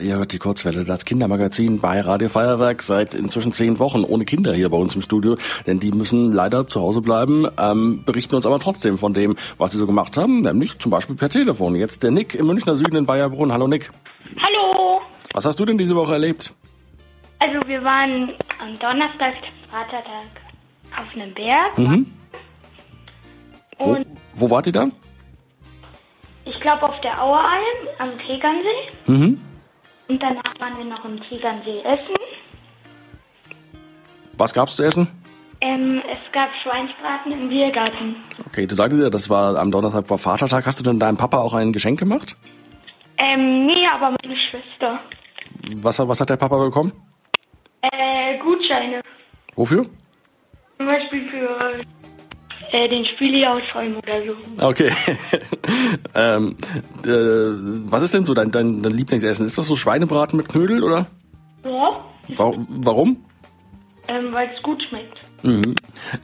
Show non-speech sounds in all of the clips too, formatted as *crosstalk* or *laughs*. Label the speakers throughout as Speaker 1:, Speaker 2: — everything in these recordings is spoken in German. Speaker 1: Ihr hört die Kurzwelle, das Kindermagazin bei Radio Feuerwerk seit inzwischen zehn Wochen ohne Kinder hier bei uns im Studio, denn die müssen leider zu Hause bleiben, ähm, berichten uns aber trotzdem von dem, was sie so gemacht haben, nämlich zum Beispiel per Telefon. Jetzt der Nick im Münchner Süden in Bayerbrunn. Hallo Nick,
Speaker 2: Hallo!
Speaker 1: was hast du denn diese Woche erlebt?
Speaker 2: Also wir waren am Donnerstag, Vatertag auf einem Berg
Speaker 1: Wo,
Speaker 2: und
Speaker 1: wo wart ihr da?
Speaker 2: ich glaube auf der Aueralm am Tegernsee
Speaker 1: Mhm.
Speaker 2: und danach waren wir noch im Tegernsee essen.
Speaker 1: Was gab's zu essen?
Speaker 2: Ähm, es gab Schweinsbraten im Biergarten.
Speaker 1: Okay, du sagtest ja, das war am Donnerstag war Vatertag. Hast du denn deinem Papa auch ein Geschenk gemacht?
Speaker 2: Ähm, nee, aber meine Schwester.
Speaker 1: Was, hat- was hat der Papa bekommen?
Speaker 2: Äh, Gutscheine.
Speaker 1: Wofür?
Speaker 2: Zum Beispiel für äh, den Spieli ausräumen oder so.
Speaker 1: Okay. *laughs* ähm, äh, was ist denn so dein, dein, dein Lieblingsessen? Ist das so Schweinebraten mit Knödel oder?
Speaker 2: Ja,
Speaker 1: Wa- Warum?
Speaker 2: ähm, weil es gut schmeckt.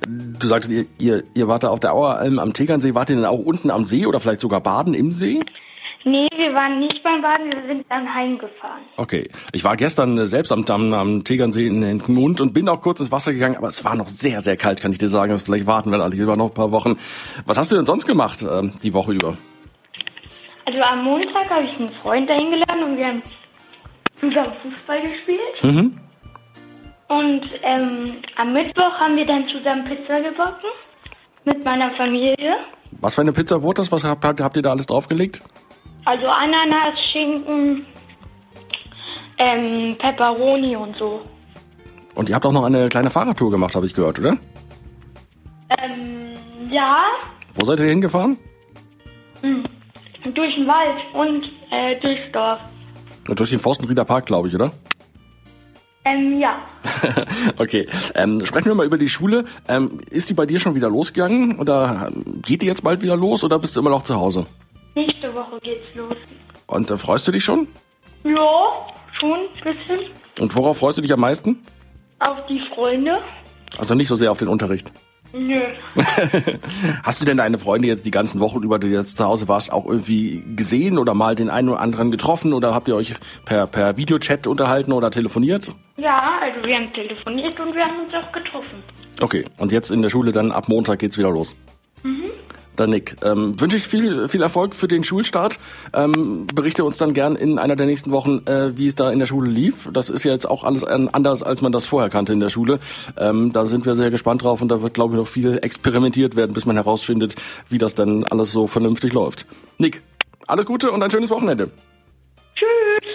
Speaker 1: Du sagtest, ihr, ihr, ihr wart da auf der Aueralm am Tegernsee. Wart ihr denn auch unten am See oder vielleicht sogar baden im See?
Speaker 2: Nee, wir waren nicht beim Baden, wir sind dann heimgefahren.
Speaker 1: Okay. Ich war gestern äh, selbst am, am, am Tegernsee in den Mund und bin auch kurz ins Wasser gegangen, aber es war noch sehr, sehr kalt, kann ich dir sagen. Also Vielleicht warten wir da lieber noch ein paar Wochen. Was hast du denn sonst gemacht ähm, die Woche über?
Speaker 2: Also am Montag habe ich einen Freund eingeladen und wir haben zusammen Fußball gespielt. Und ähm, am Mittwoch haben wir dann zusammen Pizza gebacken mit meiner Familie.
Speaker 1: Was für eine Pizza wurde das? Was habt, habt ihr da alles draufgelegt?
Speaker 2: Also Ananas, Schinken, ähm, Pepperoni und so.
Speaker 1: Und ihr habt auch noch eine kleine Fahrradtour gemacht, habe ich gehört, oder?
Speaker 2: Ähm, ja,
Speaker 1: Wo seid ihr hingefahren?
Speaker 2: durch den Wald und äh, durchs Dorf.
Speaker 1: Na, Durch den Forstenrieder Park, glaube ich, oder?
Speaker 2: Ähm, ja.
Speaker 1: *laughs* okay. Ähm, sprechen wir mal über die Schule. Ähm, ist die bei dir schon wieder losgegangen? Oder ähm, geht die jetzt bald wieder los oder bist du immer noch zu Hause?
Speaker 2: Nächste Woche geht's los.
Speaker 1: Und äh, freust du dich schon?
Speaker 2: Ja, schon ein bisschen.
Speaker 1: Und worauf freust du dich am meisten?
Speaker 2: Auf die Freunde?
Speaker 1: Also nicht so sehr auf den *laughs* Unterricht.
Speaker 2: Nö.
Speaker 1: Hast du denn deine Freunde jetzt die ganzen Wochen über, die du jetzt zu Hause warst, auch irgendwie gesehen oder mal den einen oder anderen getroffen oder habt ihr euch per, per Videochat unterhalten oder telefoniert?
Speaker 2: Ja, also wir haben telefoniert und wir haben uns auch getroffen.
Speaker 1: Okay, und jetzt in der Schule dann ab Montag geht's wieder los. Dann Nick, ähm, wünsche ich viel, viel Erfolg für den Schulstart. Ähm, berichte uns dann gern in einer der nächsten Wochen, äh, wie es da in der Schule lief. Das ist ja jetzt auch alles an- anders, als man das vorher kannte in der Schule. Ähm, da sind wir sehr gespannt drauf und da wird, glaube ich, noch viel experimentiert werden, bis man herausfindet, wie das dann alles so vernünftig läuft. Nick, alles Gute und ein schönes Wochenende.
Speaker 2: Tschüss.